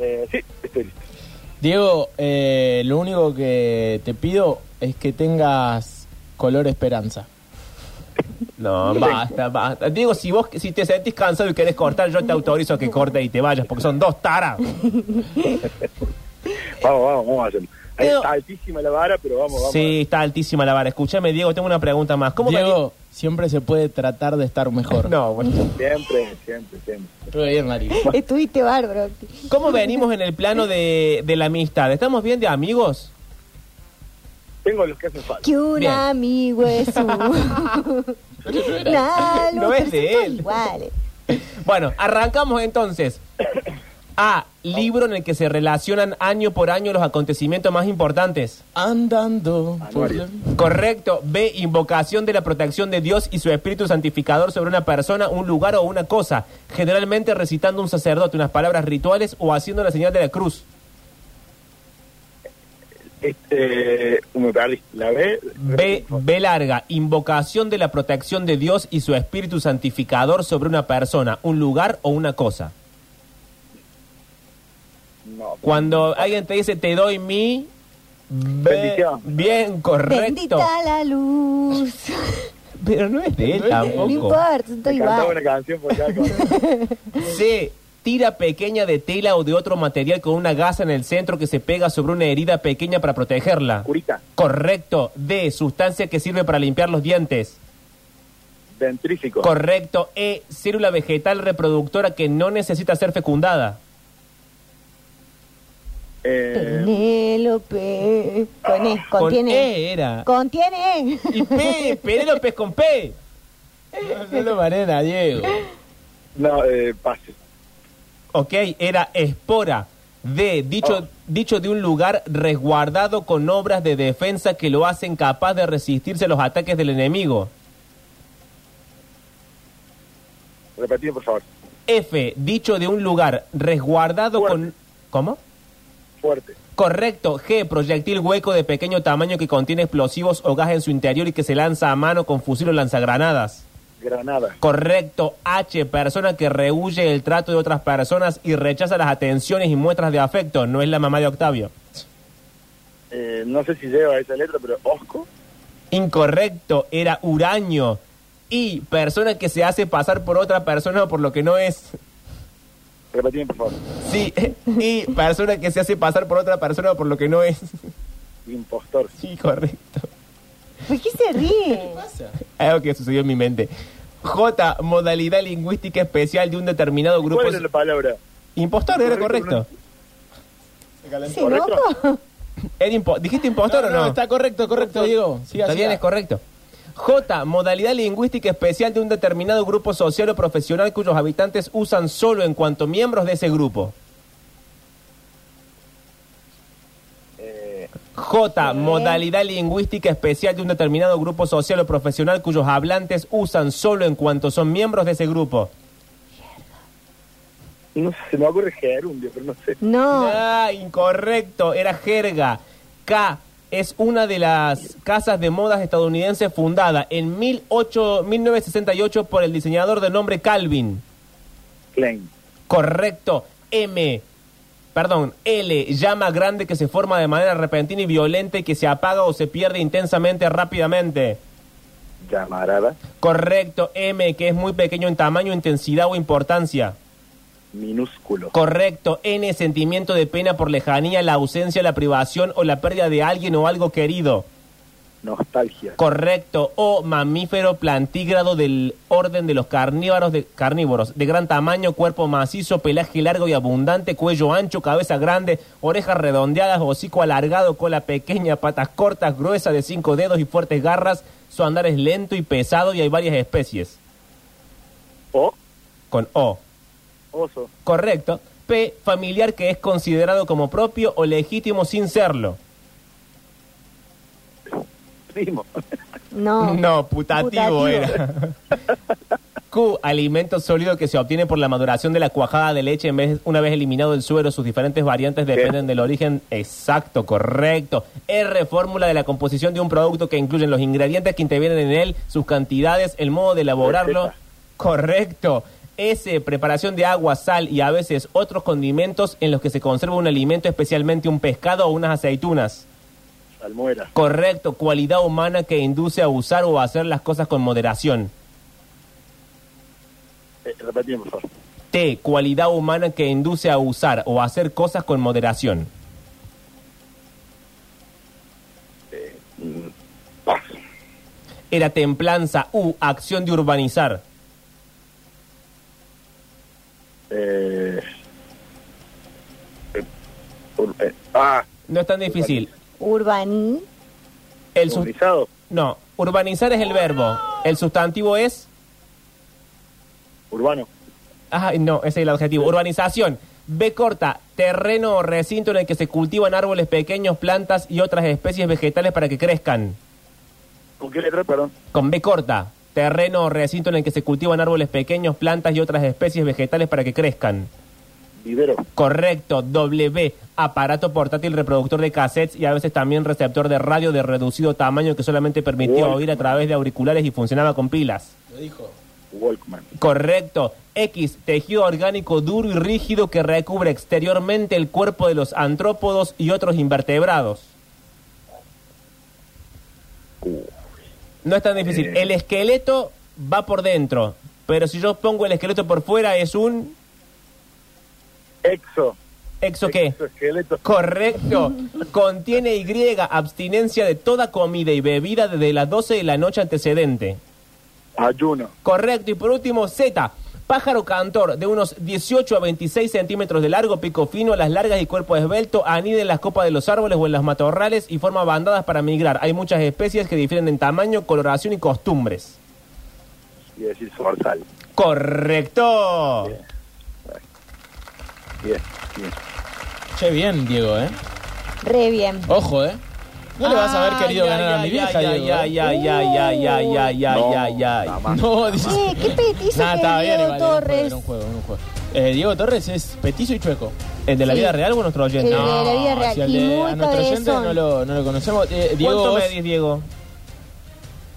Eh, sí, estoy listo.
Diego, eh, lo único que te pido es que tengas Color Esperanza.
No, basta, basta. Diego, si vos si te sentís cansado y querés cortar, yo te autorizo que cortes y te vayas, porque son dos taras.
Vamos, vamos, vamos a hacerlo. Ahí
Pero-
Está altísima la vara, pero vamos, vamos.
Sí, está altísima la vara. Escúchame, Diego, tengo una pregunta más. ¿Cómo
Diego, siempre se puede tratar de estar mejor.
venimos? No, bueno.
Siempre, siempre, siempre.
Estuve bien, Mario.
Estuviste bárbaro.
¿Cómo venimos en el plano de, de la amistad? ¿Estamos bien de amigos?
Tengo los que hacen falta.
Que un
Bien.
amigo es un. Nah,
No
los
es
tres
de
son
él.
Iguales.
Bueno, arrancamos entonces. A. Libro en el que se relacionan año por año los acontecimientos más importantes.
Andando. por
Mario.
la-
Correcto. B. Invocación de la protección de Dios y su espíritu santificador sobre una persona, un lugar o una cosa. Generalmente recitando un sacerdote unas palabras rituales o haciendo la señal de la cruz.
Este, me perdí. La B.
B. B larga. Invocación de la protección de Dios y su espíritu santificador sobre una persona, un lugar o una cosa.
No.
Cuando alguien te dice te doy mi... B-
Bendición.
Bien, correcto.
Bendita la luz.
Pero no es de él
No
tampoco.
importa, son todos
Me cantaba una
iguales.
canción por cada cosa.
C. Tira pequeña de tela o de otro material con una gasa en el centro que se pega sobre una herida pequeña para protegerla.
Curita.
Correcto. D. Sustancia que sirve para limpiar los dientes.
Dentrífico.
Correcto. E. Célula vegetal reproductora que no necesita ser fecundada.
Eh,
Penélope. E, Con E, contiene.
Con E era.
Contiene. E.
Y P. Penélope es con P.
No lo marean a Diego.
no, eh, pase.
Ok, era espora. D. Dicho,
Oh.
dicho de un lugar resguardado con obras de defensa que lo hacen capaz de resistirse a los ataques del enemigo.
Repetido, por favor.
F, dicho de un lugar resguardado
Fuerte.
con... ¿Cómo?
Fuerte.
Correcto. G, proyectil hueco de pequeño tamaño que contiene explosivos o gas en su interior y que se lanza a mano con fusil o lanzagranadas.
Granada.
Correcto. H, persona que rehúye el trato de otras personas y rechaza las atenciones y muestras de afecto. No es la mamá de Octavio.
Eh, no sé si lleva esa letra, pero Osco.
incorrecto, era huraño y persona que se hace pasar por otra persona o por lo que no es.
Repetime, por favor.
Sí, y persona que se hace pasar por otra persona o por lo que no es.
Impostor.
Sí, correcto.
¿Por qué se ríe?
Algo que sucedió en mi mente. J, modalidad lingüística especial de un determinado grupo.
¿Cuál era la palabra?
Impostor, era correcto.
Correcto,
¿Se loco?
Era impo- ¿Dijiste impostor o no?
está correcto, correcto, Diego. Siga,
Está bien,
siga.
es correcto. J. Modalidad lingüística especial de un determinado grupo social o profesional cuyos habitantes usan solo en cuanto miembros de ese grupo.
Eh,
J. Modalidad lingüística especial de un determinado grupo social o profesional cuyos hablantes usan solo en cuanto son miembros de ese grupo.
no sé, se me ocurre gerundio, pero no sé.
No.
Ah, incorrecto, era jerga. K es una de las casas de modas estadounidenses fundada en 18 1968 por el diseñador de nombre Calvin.
Klein.
Correcto, M. Perdón, L, llama grande que se forma de manera repentina y violenta y que se apaga o se pierde intensamente rápidamente.
Llamarada.
Correcto, M, que es muy pequeño en tamaño, intensidad o importancia.
Minúsculo.
Correcto, N, sentimiento de pena por lejanía, la ausencia, la privación o la pérdida de alguien o algo querido.
Nostalgia.
Correcto, O, mamífero plantígrado del orden de los carnívoros de, carnívoros, de gran tamaño, cuerpo macizo, pelaje largo y abundante, cuello ancho, cabeza grande, orejas redondeadas, hocico alargado, cola pequeña, patas cortas, gruesas de cinco dedos y fuertes garras. Su andar es lento y pesado y hay varias especies.
O.
Con O.
Oso.
Correcto. P, familiar que es considerado como propio o legítimo sin serlo.
Primo.
No.
No, putativo,
Putativo.
era. Q, alimento sólido que se obtiene por la maduración de la cuajada de leche en vez- una vez eliminado el suero. Sus diferentes variantes dependen del origen exacto, correcto. R, fórmula de la composición de un producto que incluyen los ingredientes que intervienen en él, sus cantidades, el modo de elaborarlo.
Receta.
Correcto. S, preparación de agua, sal y a veces otros condimentos en los que se conserva un alimento, especialmente un pescado o unas aceitunas.
Salmuera.
Correcto, cualidad humana que induce a usar o a hacer las cosas con moderación.
Eh, repetimos, por favor.
T, cualidad humana que induce a usar o a hacer cosas con moderación.
Mm, Paso.
Era templanza, U, acción de urbanizar.
Eh, eh, ur- eh, ah,
No es tan difícil.
Urbaní.
El sus-
urbanizado.
no, urbanizar es el verbo. El sustantivo es...
Urbano.
Ah, no, ese es el adjetivo. Urbanización. B corta, terreno o recinto en el que se cultivan árboles pequeños, plantas y otras especies vegetales para que crezcan.
¿Con qué letra, perdón?
Con B corta, terreno o recinto en el que se cultivan árboles pequeños, plantas y otras especies vegetales para que crezcan.
Vivero.
Correcto, W, aparato portátil reproductor de cassettes y a veces también receptor de radio de reducido tamaño que solamente permitía
Uy.
oír a través de auriculares y funcionaba con pilas.
Walkman.
Correcto, X, tejido orgánico duro y rígido que recubre exteriormente el cuerpo de los antrópodos y otros invertebrados.
Uh,
No es tan difícil. El esqueleto va por dentro, pero si yo pongo el esqueleto por fuera es un...
Exo.
¿Exo qué?
Exoesqueleto.
Correcto. Contiene Y, abstinencia de toda comida y bebida desde las 12 de la noche antecedente.
Ayuno.
Correcto. Y por último, Z. Pájaro cantor de unos 18 a 26 centímetros de largo, pico fino, las largas y cuerpo esbelto, anida en las copas de los árboles o en los matorrales y forma bandadas para migrar. Hay muchas especies que difieren en tamaño, coloración y costumbres.
Y decir zorzal.
Correcto.
Bien, bien.
Che, bien, Diego, ¿eh?
Re bien.
Ojo, ¿eh? No le vas a haber
Ay,
querido
ay,
ganar a
ay,
mi vieja,
ay,
Diego. ¿eh?
ay, ay, ay, ay, ay, ay, ay, ay, ay.
No, dice...
Eh, ¿Qué te hizo
Nah,
que
estaba bien,
Diego
igual, era un juego,
Torres?
era un juego, era un juego. Eh, Diego Torres es petizo y chueco.
¿El de la
Sí.
vida real o nuestro oyente?
El de la vida
No,
real.
si al
Y
de-
muy
a nuestro oyente
cabezón.
no lo, no lo conocemos. Eh, Diego,
¿Cuánto
vos
medís, Diego?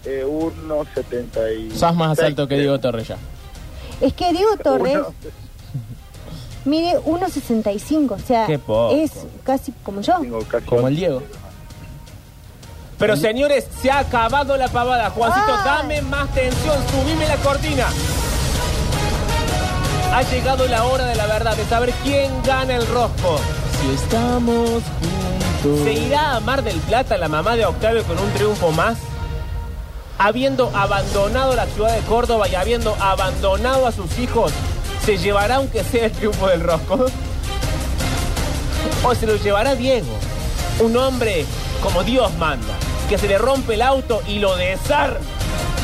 Eh, 1.70 y...
sos más alto que Diego Torres ya.
Es que Diego Torres
Uno-
mide 1.65, o sea,
Qué poco.
es casi como yo.
Tengo casi...
Como el Diego.
Pero señores, se ha acabado la pavada. Juancito,
Ay.
dame más tensión, subime la cortina. Ha llegado la hora de la verdad, de saber quién gana el rosco.
Si estamos juntos.
¿Se irá a Mar del Plata la mamá de Octavio con un triunfo más? Habiendo abandonado la ciudad de Córdoba y habiendo abandonado a sus hijos, ¿se llevará aunque sea el triunfo del Rosco? ¿O se lo llevará Diego? Un hombre como Dios manda, que se le rompe el auto y lo desarma,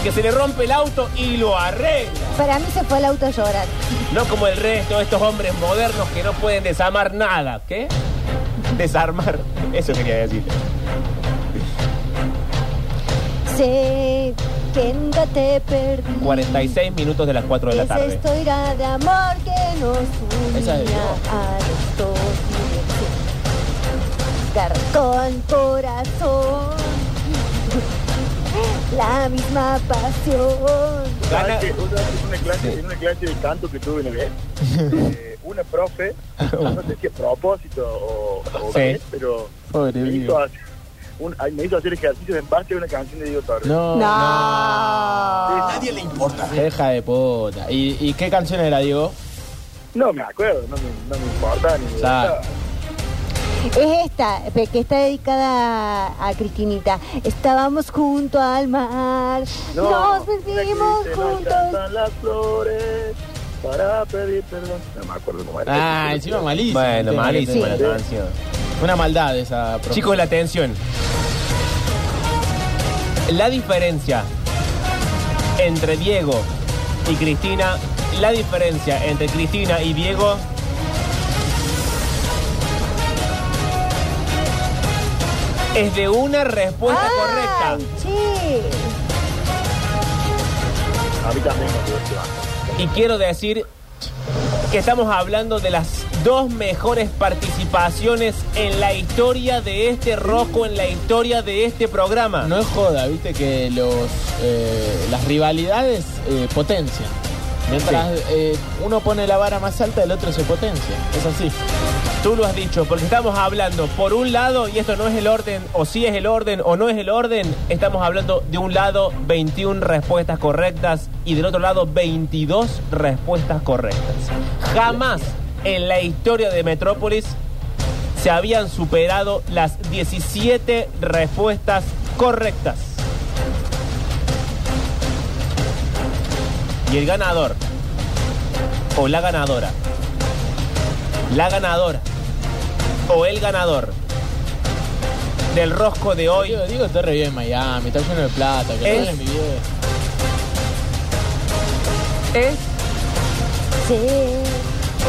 que se le rompe el auto y lo arregla.
Para mí se fue el auto llorando.
No como el resto de estos hombres modernos que no pueden desarmar nada. ¿Qué? Desarmar. Eso quería decir.
Sé que nunca te perdí.
46 minutos de las 4 de la
Es
tarde.
esta ira de amor que nos
Esa es de
unía a los dos. Cartón, corazón, la misma pasión.
Gana-
¿Sabes qué? Una vez en una clase, en una clase de canto que tuve en el eh, una profe, no sé si a propósito o, o
Sí.
qué, pero
Pobre
me
Diego.
hizo, hacer, un- ay, me hizo hacer ejercicios en base a una canción de Diego Torres.
No,
Sí,
Deja de puta. ¿Y, y qué canción era, Diego?
No me acuerdo, no me, no me importa. Ni me
Claro.
gusta.
Es esta, pe- que está dedicada a, a Cristinita. Estábamos junto al mar, nos
una que
vestimos
dice, "No
juntos.
cantan las flores para pedir perdón. No me acuerdo cómo era.
Ah, encima malísimo. Este,
Bueno, malísima la
este,
canción.
Una maldad esa. profe.
Chicos, la atención. La diferencia entre Diego y Cristina, la diferencia entre Cristina y Diego. Es de una respuesta
Ay,
correcta.
che.
A mí también me gusta.
Y quiero decir que estamos hablando de las dos mejores participaciones en la historia de este rosco, en la historia de este programa.
No es joda, viste que los eh, las rivalidades eh, potencian. Mientras eh, uno pone la vara más alta, el otro se potencia. Es así.
Tú lo has dicho, porque estamos hablando, por un lado, y esto no es el orden, o sí es el orden, o no es el orden, estamos hablando de un lado 21 respuestas correctas y del otro lado 22 respuestas correctas. Jamás en la historia de Metrópolis se habían superado las 17 respuestas correctas. Y el ganador, o la ganadora, la ganadora, o el ganador del rosco de hoy
Diego, Diego está re bien en Miami, está lleno de plata, que
Es-
lo en mi video.
es...
Sé que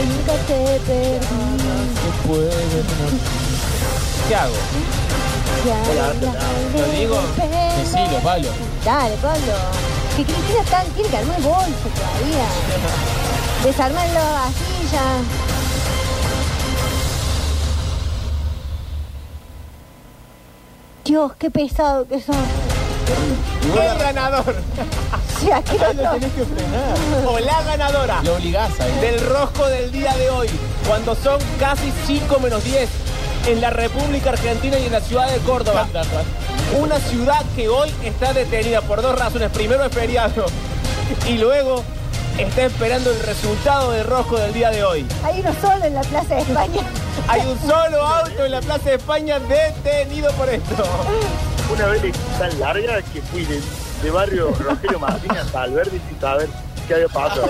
nunca te perdí.
Se puede tener-
¿Qué hago?
Lo
¿Lo digo?
Decilo, Pablo.
Dale, Pablo. Que Cristina está, tiene que armar el bolso todavía. Desarmarlo así ya. Dios, qué pesado que son.
El ganador
Ya, qué
Ahí lo
loco.
tenés que frenar.
o la ganadora
Lo obligás a ir.
del rosco del día de hoy, cuando son casi 5 menos 10 en la República Argentina y en la ciudad de Córdoba. Una ciudad que hoy está detenida por dos razones. Primero es feriado y luego está esperando el resultado del rosco del día de hoy.
Hay uno solo en la Plaza de España.
Hay un solo auto en la Plaza de España detenido por esto.
Una vez tan larga que fui de, de barrio Rogelio Martínez hasta Alberdi sin saber qué había pasado.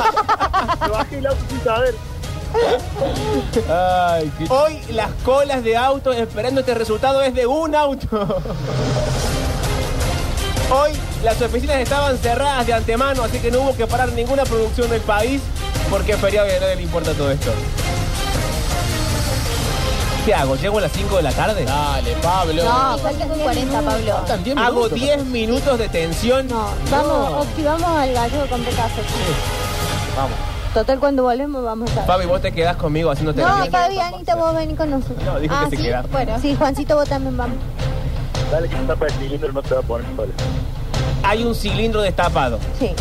Me bajé el auto sin saber.
Ay, qué
Hoy las colas de autos esperando este resultado es de un auto. Hoy las oficinas estaban cerradas de antemano, así que no hubo que parar ninguna producción del país porque es feriado y a nadie le importa todo esto. ¿Qué hago? ¿Llego a las 5 de la tarde?
Dale, Pablo.
No, faltan 40, Pablo.
Faltan 10
Hago
minutos.
10 minutos de tensión.
No, vamos, activamos al gallo con petazo.
Vamos.
Total, cuando volvemos vamos a estar.
Fabi, vos te quedás conmigo haciendo
No,
tensión.
Fabián, Anita, vos venís con nosotros.
No, dijo
Ah,
que se
sí,
queda.
bueno.
Sí, Juancito, vos también vamos.
Dale que está persiguiendo, no se va a poner sola.
Hay un cilindro destapado.
Sí,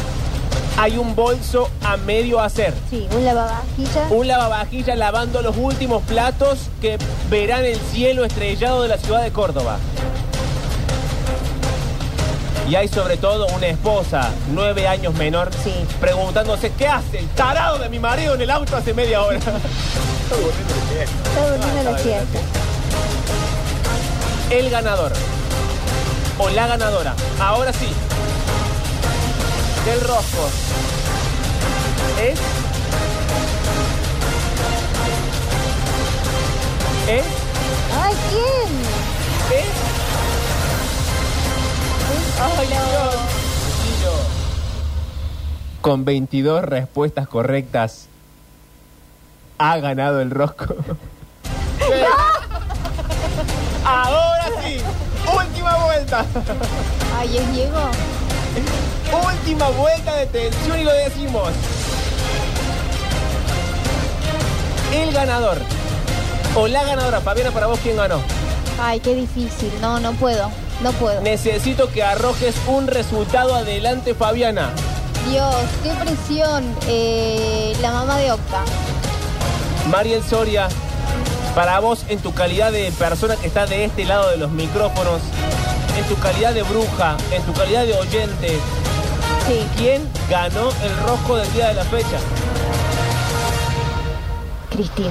Hay un bolso a medio hacer.
sí, un lavavajilla.
Un lavavajillas lavando los últimos platos que verán el cielo estrellado de la ciudad de Córdoba. Y hay sobre todo una esposa, nueve años menor,
Sí.
preguntándose qué hace el tarado de mi marido en el auto hace media hora.
Está durmiendo la siesta.
El ganador o la ganadora, ahora sí, del rojo es. Es,
Ay, ¿quién?
es. Ay, Dios mío. Con 22 respuestas correctas, ha ganado el rosco. Ahora sí, última vuelta.
Ay, es Diego.
Última vuelta de tensión y lo decimos. El ganador. O la ganadora. Fabiana, para vos, ¿quién ganó?
Ay, qué difícil. No, no puedo. No puedo.
Necesito que arrojes un resultado adelante, Fabiana.
Dios, qué presión. Eh, la mamá de Octa.
Mariel Soria, para vos, en tu calidad de persona que está de este lado de los micrófonos, en tu calidad de bruja, en tu calidad de oyente,
Sí.
¿quién ganó el rosco del día de la fecha?
Cristina.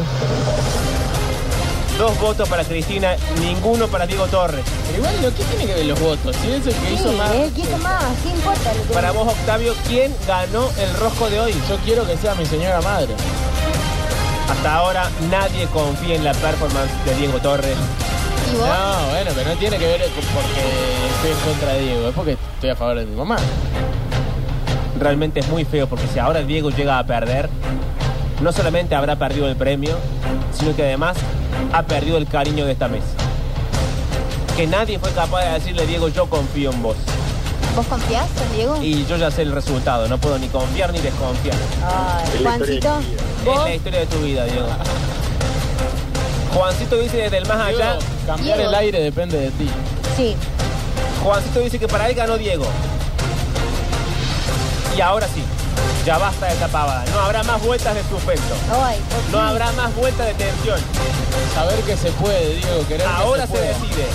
Dos votos para Cristina, ninguno para Diego Torres.
Pero igual, ¿no? ¿qué tiene que ver los votos? Si es el que
Sí,
hizo más.
él quiso más. ¿Qué importa? lo que-
Para vos, Octavio, ¿quién ganó el rosco de hoy?
Yo quiero que sea mi señora madre.
Hasta ahora nadie confía en la performance de Diego Torres.
¿Y vos?
No, bueno, pero no tiene que ver con- porque estoy en contra de Diego, es porque estoy a favor de mi mamá.
Realmente es muy feo porque si ahora Diego llega a perder, no solamente habrá perdido el premio, sino que además ha perdido el cariño de esta mesa. Que nadie fue capaz de decirle, Diego, yo confío en vos.
¿Vos confiás en Diego?
Y yo ya sé el resultado, no puedo ni confiar ni desconfiar.
Ay,
Es la historia
Juancito.
de mi vida.
Es
¿Vos?
la historia de tu vida, Diego. Juancito dice desde el más allá,
Diego, cambiar
Diego.
el aire depende de ti.
Sí.
Juancito dice que para él ganó Diego. Y ahora sí, ya basta de esta pavada. No habrá más vueltas de suspenso.
Ay, ¿por qué?
No habrá más vueltas de tensión.
Saber que se puede, Diego, querer que
Ahora se
pueda.
decide.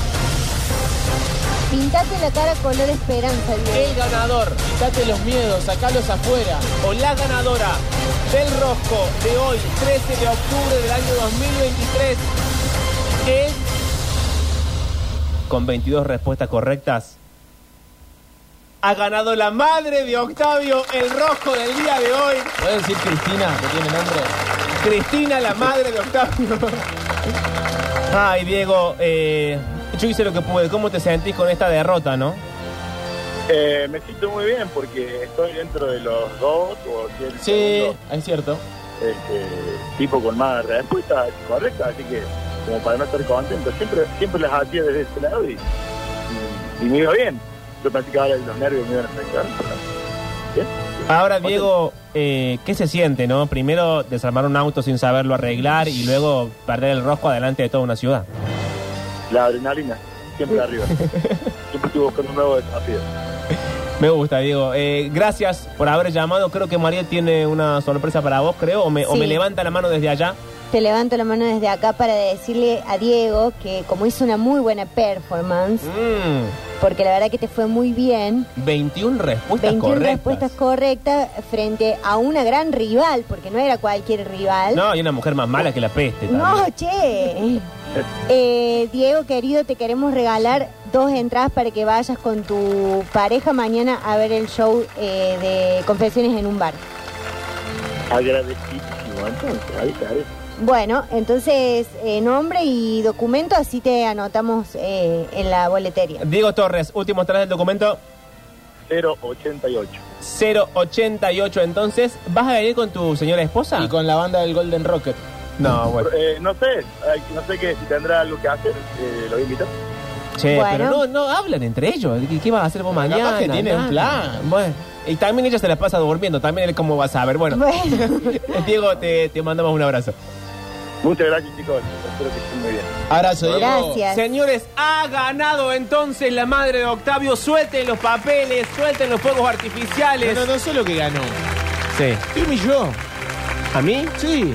Pintate la cara color esperanza, Diego.
El ganador
Quítate los miedos, sacalos afuera.
o la ganadora del rosco de hoy, 13 de octubre del año 2023, es... Con 22 respuestas correctas, ha ganado la madre de Octavio el rosco del día de hoy.
¿Puedes decir Cristina, que tiene nombre?
Cristina, la madre de Octavio. Ay, Diego, eh, yo hice lo que pude. ¿Cómo te sentís con esta derrota, no?
Eh, me siento muy bien porque estoy dentro de los dos o si el
Sí,
segundo,
es cierto.
este, tipo con más respuestas correctas, así que como para no estar contento, siempre, siempre las hacía desde ese lado y, y me iba bien. Yo pensé que ahora los nervios me iban a afectar. pero, bien.
Ahora, Diego, eh, ¿qué se siente, no? Primero desarmar un auto sin saberlo arreglar y luego perder el rosco adelante de toda una ciudad.
La adrenalina, siempre arriba. siempre estoy buscando un nuevo desafío.
Me gusta, Diego. Eh, gracias por haber llamado. Creo que María tiene una sorpresa para vos, creo. O me, o
Sí.
me levanta la mano desde allá.
Te levanto la mano desde acá para decirle a Diego que como hizo una muy buena performance,
Mm,
porque la verdad que te fue muy bien,
21 respuestas
21
correctas.
respuestas correctas frente a una gran rival, porque no era cualquier rival.
No, hay una mujer más mala que la peste. también.
No, che. Eh, Diego, querido, te queremos regalar dos entradas para que vayas con tu pareja mañana a ver el show eh, de Confesiones en un bar.
Agradecidísimo, entonces, ahí está. ahí.
Bueno, entonces, eh, nombre y documento, así te anotamos eh, en la boletería.
Diego Torres, últimos tres del documento.
088.
088. Entonces, ¿vas a venir con tu señora esposa?
Y con la banda del Golden Rocket.
No, bueno.
Eh, no sé, eh, no sé que si tendrá algo que hacer, eh, lo invito.
Che,
Bueno.
pero no, no hablan entre ellos. ¿Qué, qué vas a hacer vos
Pero
mañana?
capaz que tiene un
Nada.
plan.
Bueno. Y también ella se la pasa durmiendo, también él cómo va a saber. Bueno,
Bueno,
Diego, te, te mandamos un abrazo.
Muchas gracias, chicos. Espero que estén muy bien.
Abrazo, Diego.
gracias.
Señores, ha ganado entonces la madre de Octavio. Suelten los papeles, suelten los fuegos artificiales.
No, no, no solo que ganó.
Sí.
Te humilló.
¿A mí?
Sí.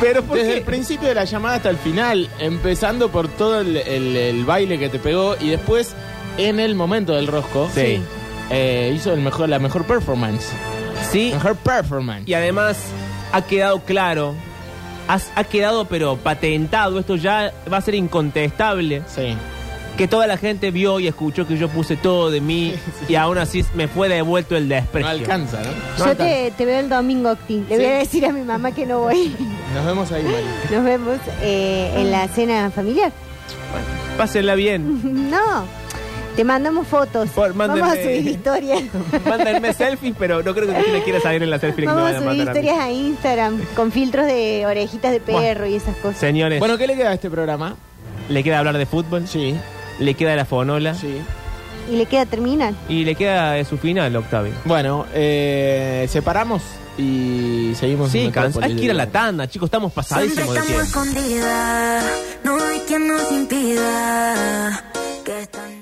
Pero ¿por
Desde
qué?
el principio de la llamada hasta el final, empezando por todo el, el- el baile que te pegó y después en el momento del rosco.
Sí.
eh, hizo el mejor, la mejor performance.
Sí,
Mejor performance.
y además ha quedado claro, has- ha quedado pero patentado, esto ya va a ser incontestable,
Sí.
que toda la gente vio y escuchó que yo puse todo de mí y aún así me fue devuelto el
No
desprecio.
alcanza, ¿no?
No
Yo
alcanza.
te, te veo el domingo, Octi. Le voy a decir a mi mamá que no voy.
Nos vemos ahí, Mari.
Nos vemos eh, en
Ah.
la cena familiar.
Pásenla bien.
No, te mandamos fotos.
Por-
Vamos a
mándenme-
subir historias.
Mándenme selfies, pero no creo que Cristina quiera salir en la selfie que me
Vamos
van
a
a
subir
mandar a mí.
historias a Instagram con filtros de orejitas de perro y esas cosas.
Señores,
Bueno, ¿qué le queda a este programa?
le queda hablar de fútbol,
Sí,
le queda la fonola
sí.
Y le queda terminar.
y le queda eh, su final, Octavio.
Bueno, eh, separamos y seguimos.
Sí,
en Metrópolis.
cansa- hay que ir a la tanda, chicos, estamos pasadísimos de tiempo.
escondida, no hay quien nos impida que esta noche-